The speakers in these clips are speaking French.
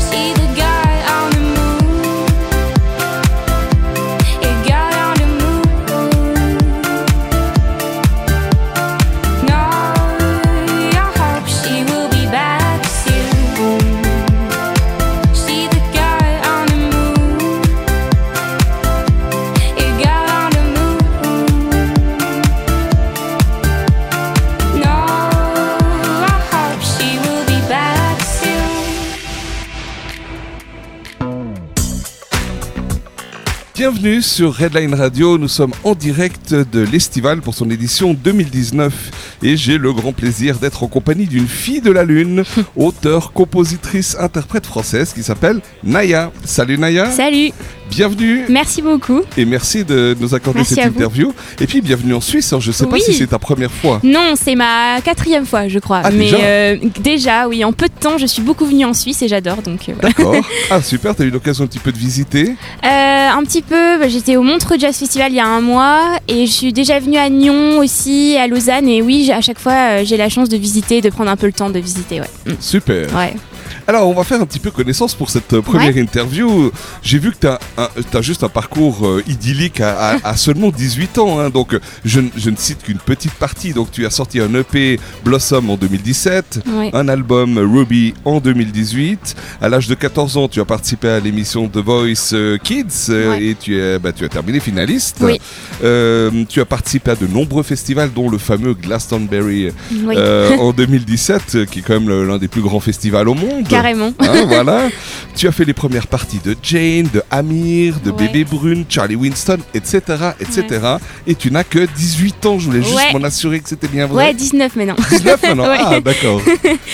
See the guy on the moon. A guy on the moon. No, I hope she will be back soon. See the guy on the moon. A guy on the moon. No, I hope she will be back soon. Bienvenue sur Redline Radio, nous sommes en direct de l'Estival pour son édition 2019 et j'ai le grand plaisir d'être en compagnie d'une fille de la Lune, auteure, compositrice, interprète française qui s'appelle Naya. Salut Naya, Salut, bienvenue merci beaucoup. et merci de nous accorder Merci cette à vous. interview. Et puis bienvenue en Suisse, hein, je ne sais pas Oui. si c'est ta première fois. Non, c'est ma quatrième fois, je crois. Ah, Mais déjà euh, déjà, oui, en peu de temps, je suis beaucoup venue en Suisse et j'adore. Donc, euh, voilà. D'accord. Ah super, t'as eu l'occasion un petit peu de visiter. Euh, un petit peu, bah, j'étais au Montreux Jazz Festival il y a un mois et je suis déjà venue à Nyon aussi, à Lausanne. Et oui, j'ai- à chaque fois, euh, j'ai la chance de visiter, de prendre un peu le temps de visiter. Ouais. Super. ouais. Alors, on va faire un petit peu connaissance pour cette euh, première interview. J'ai vu que tu as, juste un parcours euh, idyllique à, à- à seulement 18 ans. hein. donc, euh, je, ne- je ne cite qu'une petite partie. Donc, tu as sorti un EP Blossom en 2017, ouais. un album Ruby en 2018. À l'âge de 14 ans, tu as participé à l'émission The Voice euh, Kids euh, Ouais. et tu, es, bah, tu as terminé finaliste. Oui. Euh, tu as participé à de nombreux festivals, dont le fameux Glastonbury Oui, euh, en 2017, euh, qui est quand même le- l'un des plus grands festivals au monde. carrément. Hein, voilà. Tu as fait les premières parties de Jane, de Amir, de Ouais. Bébé Brune, Charlie Winston, etc. etc. Et tu n'as que 18 ans. Je voulais juste Ouais. m'en assurer que c'était bien vrai. Ouais, 19 maintenant. 19 maintenant Ouais. Ah, d'accord.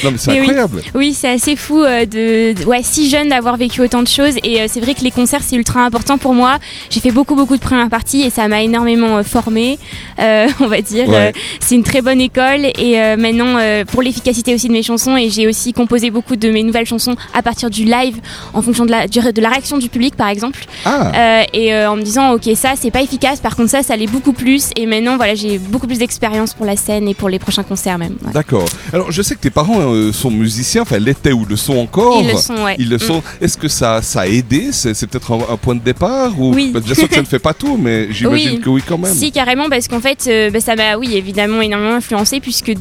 Non, mais c'est Mais oui. incroyable. Oui, c'est assez fou euh, de, de- ouais, si jeune d'avoir vécu autant de choses et euh, c'est vrai que les concerts c'est ultra important pour moi. J'ai fait beaucoup beaucoup de premières parties et ça m'a énormément formé, on va dire. Ouais. Euh, c'est une très bonne école et euh, maintenant euh, pour l'efficacité aussi de mes chansons et j'ai aussi composé beaucoup de mes nouvelles chansons à partir du live en fonction de la du- de la réaction du public par exemple Ah, Euh, et euh, en me disant ok ça c'est pas efficace par contre ça ça l'est beaucoup plus et maintenant voilà j'ai beaucoup plus d'expérience pour la scène et pour les prochains concerts même. ouais. d'accord. Alors, je sais que tes parents euh, sont musiciens, enfin, l'étaient ou le sont encore. Ils le sont ouais. Mm. Ils le sont. Est-ce que ça, ça a aidé C'est c'est peut-être un, un point de départ ou... Oui. Bah, Bien sûr que ça ne fait pas tout, mais j'imagine Oui. que oui quand même. Si, carrément, parce qu'en fait, euh, bah, ça m'a, oui, évidemment, énormément influencé, puisque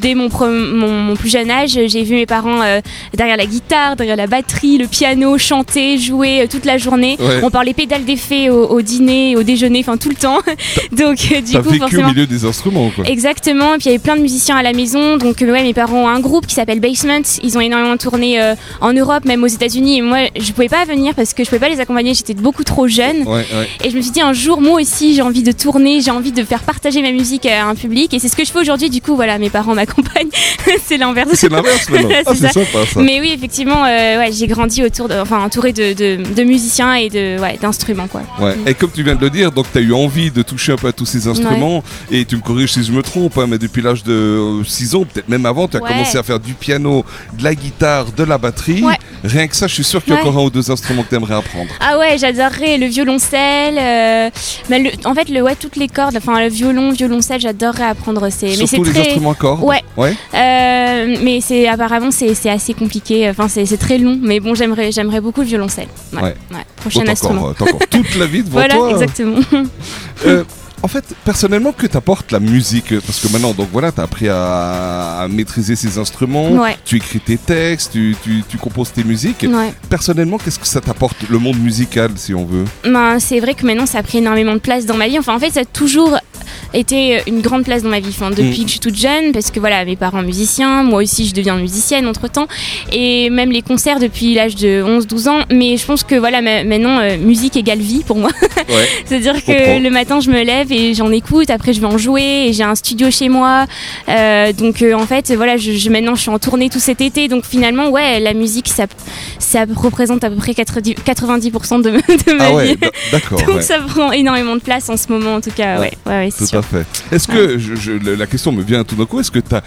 dès mon, pre- mon, mon plus jeune âge, j'ai vu mes parents euh, derrière la guitare, derrière la batterie, le piano, chanter, jouer euh, toute la journée. Ouais. On parlait pédale d'effet au, au dîner, au déjeuner, enfin tout le temps. Donc, euh, T'as du coup, vécu au forcément. milieu des instruments, quoi. Exactement, et puis il y avait plein de musiciens à la maison, donc euh, ouais, mes parents ont un groupe qui s'appelle Basement, ils ont énormément tourné euh, en Europe, même aux États-Unis, et moi je pouvais pas venir parce que je pouvais pas les accompagner, j'étais beaucoup trop jeune. Ouais, ouais. Et je me suis dit un jour, moi aussi, j'ai envie de tourner, j'ai envie de faire partager ma musique à un public. Et c'est ce que je fais aujourd'hui. Du coup, voilà, mes parents m'accompagnent. c'est l'inverse. C'est l'inverse maintenant. Ah, C'est c'est sympa ça. Mais oui, effectivement, euh, ouais, j'ai grandi autour de, enfin, entouré de, de, de musiciens et de, ouais, d'instruments, quoi. Ouais. Et comme tu viens de le dire, donc tu as eu envie de toucher un peu à tous ces instruments. Et tu me corriges si je me trompe, hein, mais depuis l'âge de 6 ans, peut-être même avant, tu as Ouais. commencé à faire du piano, de la guitare, de la batterie. Ouais. Rien que ça, je suis sûr qu'il y a Ouais. encore un ou deux instruments que tu aimerais apprendre. Ah ouais, j'adorerais le violoncelle. euh, bah, le- en fait, le, ouais, toutes les cordes, enfin, le violon, violoncelle, j'adorerais apprendre ces. Eh, mais c'est Surtout les très. instruments à cordes. Ouais. euh, mais c'est apparemment c'est c'est assez compliqué. Enfin, c'est c'est très long. Mais bon, j'aimerais j'aimerais beaucoup le violoncelle. Ouais. Ouais. ouais, Bon, prochain Oh, t'as instrument. encore, euh, t'as encore toute la vie devant Voilà, toi. exactement. Euh, en fait, personnellement, que t'apporte la musique Parce que maintenant, donc voilà, t'as appris à, à maîtriser ces instruments, Ouais. tu écris tes textes, tu, tu- tu composes tes musiques. Ouais. Personnellement, qu'est-ce que ça t'apporte, le monde musical, si on veut Ben, c'est vrai que maintenant ça a pris énormément de place dans ma vie. Enfin, en fait, ça a toujours été une grande place dans ma vie. Enfin, depuis Mm. que je suis toute jeune, parce que voilà, mes parents musiciens, moi aussi je deviens musicienne entre temps, et même les concerts depuis l'âge de 11-12 ans. Mais je pense que voilà, ma- maintenant euh, musique égale vie pour moi. Ouais. C'est-à-dire comprends. que le matin je me lève et j'en écoute, après je vais en jouer, et j'ai un studio chez moi. Euh, donc euh, en fait, voilà, je, je- maintenant je suis en tournée tout cet été. Donc finalement, ouais, la musique ça, ça représente à peu près 90%, 90% de, ma- de ma Ah ouais, vie. d- d'accord. Donc ouais, ça prend énormément de place en ce moment en tout cas, ouais, ouais, ouais, c'est Tout sûr. à fait. Est-ce que je- je- le- la question me vient tout d'un coup Est-ce que t'as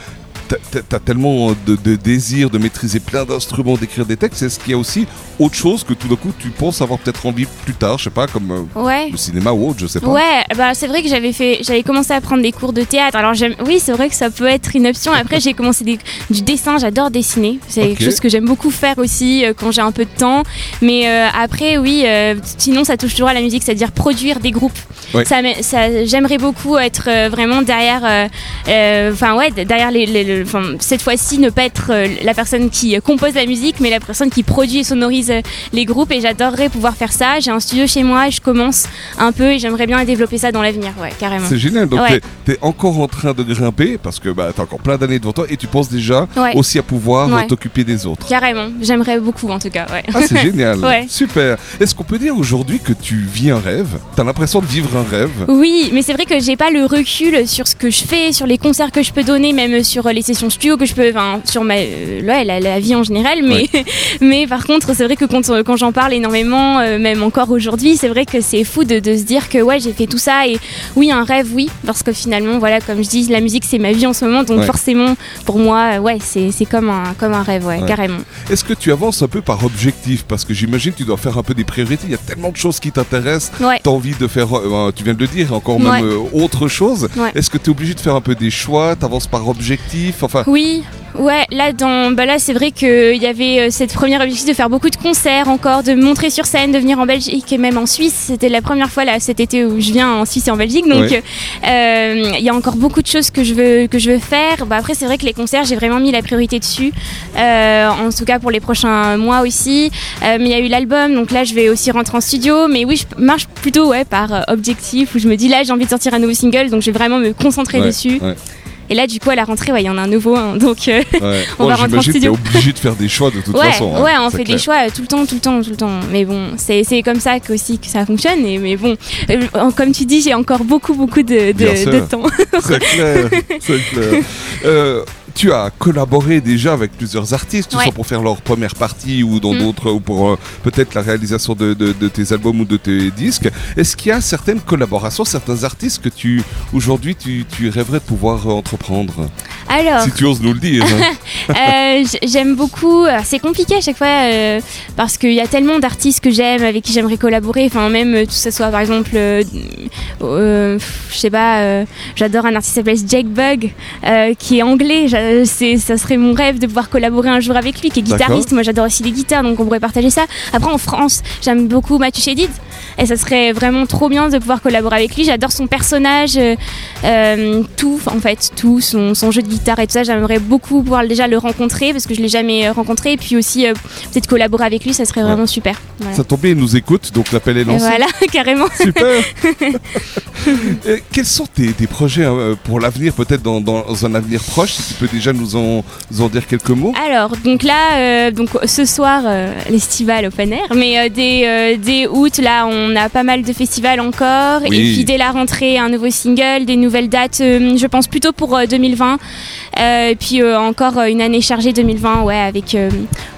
t'as- t'as- t'as tellement de, de désir de maîtriser plein d'instruments, d'écrire des textes, est-ce qu'il y a aussi autre chose que tout d'un coup tu penses avoir peut-être envie plus tard, je sais pas, comme euh, Ouais. le cinéma ou autre, je sais pas. Ouais, bah c'est vrai que j'avais fait, j'avais commencé à prendre des cours de théâtre. Alors j'aime, oui, c'est vrai que ça peut être une option. Après, j'ai commencé des- du dessin. J'adore dessiner. C'est Ok. quelque chose que j'aime beaucoup faire aussi euh, quand j'ai un peu de temps. Mais euh, après, oui, euh, sinon ça touche toujours à la musique, c'est-à-dire produire des groupes. Ouais. Ça, m'est- ça- j'aimerais beaucoup être euh, vraiment derrière, euh, euh, enfin ouais, derrière les, les- les- enfin, cette fois-ci ne pas être euh, la personne qui euh, compose la musique, mais la personne qui produit et sonorise euh, les groupes. Et j'adorerais pouvoir faire ça. J'ai un studio chez moi. Je commence un peu et j'aimerais bien développer ça dans l'avenir, ouais, carrément. C'est génial, donc Ouais. t'es t'es encore en train de grimper parce que bah, t'as encore plein d'années devant toi et tu penses déjà Ouais. aussi à pouvoir euh, Ouais. t'occuper des autres. Carrément, j'aimerais beaucoup en tout cas, ouais. Ah, c'est génial, Ouais. super. Est-ce qu'on peut dire aujourd'hui que tu vis un rêve T'as l'impression de vivre un rêve Oui, mais c'est vrai que j'ai pas le recul sur ce que je fais, sur les concerts que je peux donner, même sur euh, les sessions studio que je peux, enfin sur ma, euh, ouais, la, la vie en général. Mais, mais par contre, c'est vrai que quand, euh, quand j'en parle énormément, euh, même encore aujourd'hui, c'est vrai que c'est fou de, de se dire que ouais, j'ai fait tout ça et oui, un rêve, oui, parce que finalement, voilà, comme je dis, la musique c'est ma vie en ce moment, donc Ouais. forcément, pour moi, euh, ouais, c'est c'est comme un comme un rêve, ouais, Ouais. carrément. Est-ce que tu avances un peu par objectif Parce que j'imagine que tu dois faire un peu des priorités. Il y a tellement de choses qui t'intéressent. Ouais. T'as envie de faire, euh, euh, tu viens de le dire, encore même Ouais. euh, autre chose. Ouais. Est-ce que tu es obligé de faire un peu des choix T'avances par objectif Enfin, Oui, ouais, là, dans, bah là c'est vrai qu'il y avait euh, cette première objectif de faire beaucoup de concerts encore, de me montrer sur scène, de venir en Belgique et même en Suisse. C'était la première fois là, cet été où je viens en Suisse et en Belgique. Donc Ouais. euh, il y a encore beaucoup de choses que je veux, que je veux faire. Bah, après, c'est vrai que les concerts, j'ai vraiment mis la priorité dessus, euh, en tout cas pour les prochains mois aussi. Euh, mais il y a eu l'album, donc là je vais aussi rentrer en studio. Mais oui, je marche plutôt ouais, par euh, objectif où je me dis là j'ai envie de sortir un nouveau single, donc je vais vraiment me concentrer Ouais, dessus. ouais. Et là, du coup, à la rentrée, ouais, il y en a un nouveau. hein, donc, euh, ouais. On Oh, va rentrer j'imagine que en tu es studio. obligé de faire des choix de toute ouais, façon. hein. ouais, on C'est fait clair. des choix euh, tout le temps, tout le temps, tout le temps. Mais bon, c'est c'est comme ça que aussi que ça fonctionne. Et, mais bon, euh, en- comme tu dis, j'ai encore beaucoup, beaucoup de, de- Bien sûr. de temps. C'est clair, c'est clair. Euh, tu as collaboré déjà avec plusieurs artistes, que ce Ouais. soit pour faire leur première partie ou dans Mm. d'autres, ou pour euh, peut-être la réalisation de, de- de tes albums ou de tes disques. Est-ce qu'il y a certaines collaborations, certains artistes que tu aujourd'hui tu, tu rêverais de pouvoir euh, entreprendre Alors, Si tu oses nous le dire. hein. euh, j- j'aime beaucoup. euh, C'est compliqué à chaque fois euh, parce qu'il y a tellement d'artistes que j'aime, avec qui j'aimerais collaborer. Enfin, même euh, que ce soit par exemple, euh, euh, pff, je sais pas, euh, j'adore un artiste qui s'appelle Jack Bug, euh, qui est anglais. J'a- c'est- Ça serait mon rêve de pouvoir collaborer un jour avec lui, qui est D'accord. guitariste. Moi, j'adore aussi les guitares, donc on pourrait partager ça. Après, en France, j'aime beaucoup Mathieu Chédid. Et ça serait vraiment trop bien de pouvoir collaborer avec lui. J'adore son personnage, euh, euh, tout, en fait, tout, son, son jeu de guitare et tout ça. J'aimerais beaucoup pouvoir déjà le rencontrer parce que je l'ai jamais euh, rencontré. Et puis aussi, euh, peut-être collaborer avec lui, ça serait Ouais. vraiment super. Voilà. Ça tombe bien, ils nous écoutent, donc l'appel est Et lancé. voilà, carrément. Super Euh, Quels sont tes, tes projets euh, pour l'avenir, peut-être dans, dans un avenir proche, si tu peux déjà nous en, nous en dire quelques mots Alors, donc là, euh, donc ce soir, euh, l'estival open air, mais euh, dès, euh, dès août, là, on a pas mal de festivals encore. Oui. Et puis dès la rentrée, un nouveau single, des nouvelles dates, euh, je pense plutôt pour euh, 2020. Euh, et puis euh, encore euh, une année chargée 2020, ouais, avec euh,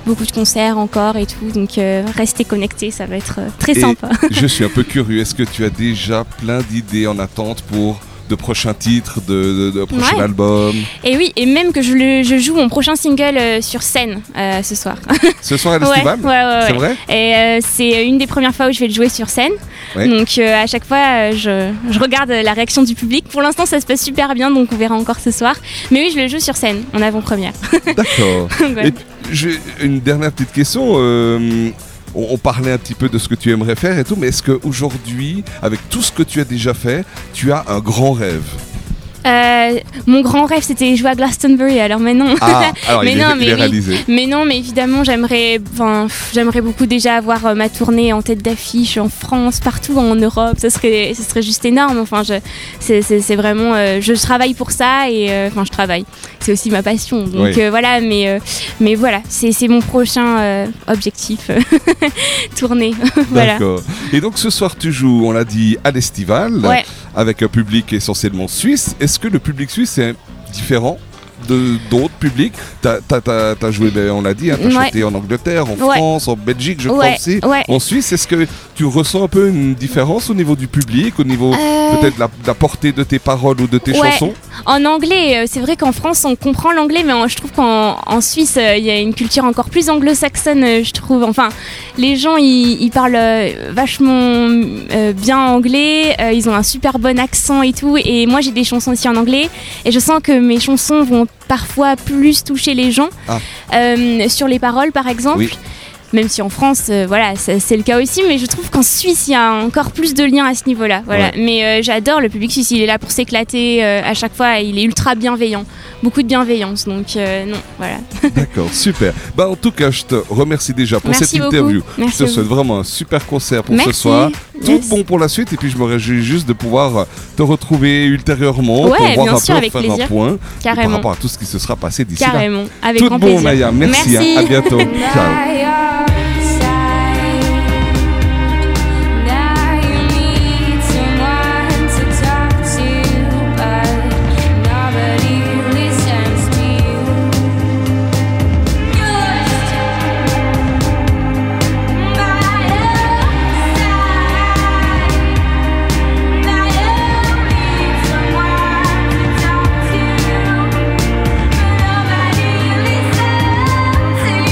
beaucoup de concerts encore et tout. Donc euh, restez connectés, ça va être euh, très Et- sympa. Je suis un peu curieux. Est-ce que tu as déjà plein d'idées en attente pour de prochains titres, de, de, de prochains Ouais. albums Et oui, et même que je, le- je joue mon prochain single euh, sur scène euh, ce soir. Ce soir à ouais, ouais, l'estival ouais, ouais. C'est vrai Et euh, c'est une des premières fois où je vais le jouer sur scène. Ouais. Donc euh, à chaque fois, euh, je, je regarde la réaction du public. Pour l'instant, ça se passe super bien, donc on verra encore ce soir. Mais oui, je le joue sur scène, en avant-première. D'accord. Donc, voilà. Et puis, j'ai une dernière petite question. euh, on, on parlait un petit peu de ce que tu aimerais faire et tout, mais est-ce qu'aujourd'hui, avec tout ce que tu as déjà fait, tu as un grand rêve Euh, mon grand rêve, c'était jouer à Glastonbury, alors mais non. Ah, alors Mais il, est, non, il mais est oui. réalisé. Mais non, mais évidemment, j'aimerais, enfin, pff, j'aimerais beaucoup déjà avoir euh, ma tournée en tête d'affiche en France, partout en Europe. Ça serait, ça serait juste énorme. Enfin, je, c'est, c'est, c'est vraiment, euh, je travaille pour ça et, euh, enfin, je travaille. C'est aussi ma passion. Donc Oui. euh, voilà, mais, euh, mais voilà, c'est, c'est mon prochain euh, objectif, tournée. voilà. D'accord. Et donc ce soir, tu joues, on l'a dit, à l'estival, Ouais. avec un public essentiellement suisse. Est-ce que le public suisse est différent de d'autres publics T'as t'as- t'as- t'as joué, ben, on l'a dit, hein, t'as Ouais. chanté en Angleterre, en Ouais. France, en Belgique, je crois ouais, aussi. ouais. En Suisse, est-ce que tu ressens un peu une différence au niveau du public, au niveau Euh, peut-être de la, de la portée de tes paroles ou de tes Ouais. chansons en anglais. Euh, C'est vrai qu'en France, on comprend l'anglais, mais en- je trouve qu'en en Suisse, euh, il y a une culture encore plus anglo-saxonne, euh, je trouve. Enfin, les gens, ils, ils parlent euh, vachement euh, bien anglais, euh, ils ont un super bon accent et tout. Et moi, j'ai des chansons aussi en anglais, et je sens que mes chansons vont parfois plus toucher les gens. Ah. Euh, sur les paroles, par exemple. Oui. Même si en France, euh, voilà, ça- c'est le cas aussi, mais je trouve qu'en Suisse, il y a encore plus de liens à ce niveau-là. Voilà. Ouais. Mais euh, j'adore le public suisse, il est là pour s'éclater euh, à chaque fois, et il est ultra bienveillant, beaucoup de bienveillance. Donc euh, non, voilà. D'accord, super. Bah, en tout cas, je te remercie déjà pour Merci cette beaucoup. interview. Merci je à te vous. souhaite vraiment un super concert pour Merci. ce soir. Tout Yes. bon pour la suite et puis je me réjouis juste de pouvoir te retrouver ultérieurement Ouais, pour voir bien un sûr, peu avec faire un plaisir. point par Carrément, rapport à tout ce qui se sera passé d'ici là. carrément, avec Tout grand bon plaisir. Maya, merci, Merci. hein. à bientôt. Ciao. By your side. Now you need someone to talk to, but nobody listens to you. You're by your side. Now you need someone to talk to, but nobody listens to you.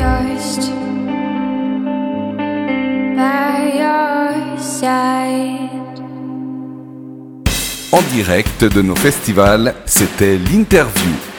Ghost by your side. En direct de nos festivals, c'était l'interview.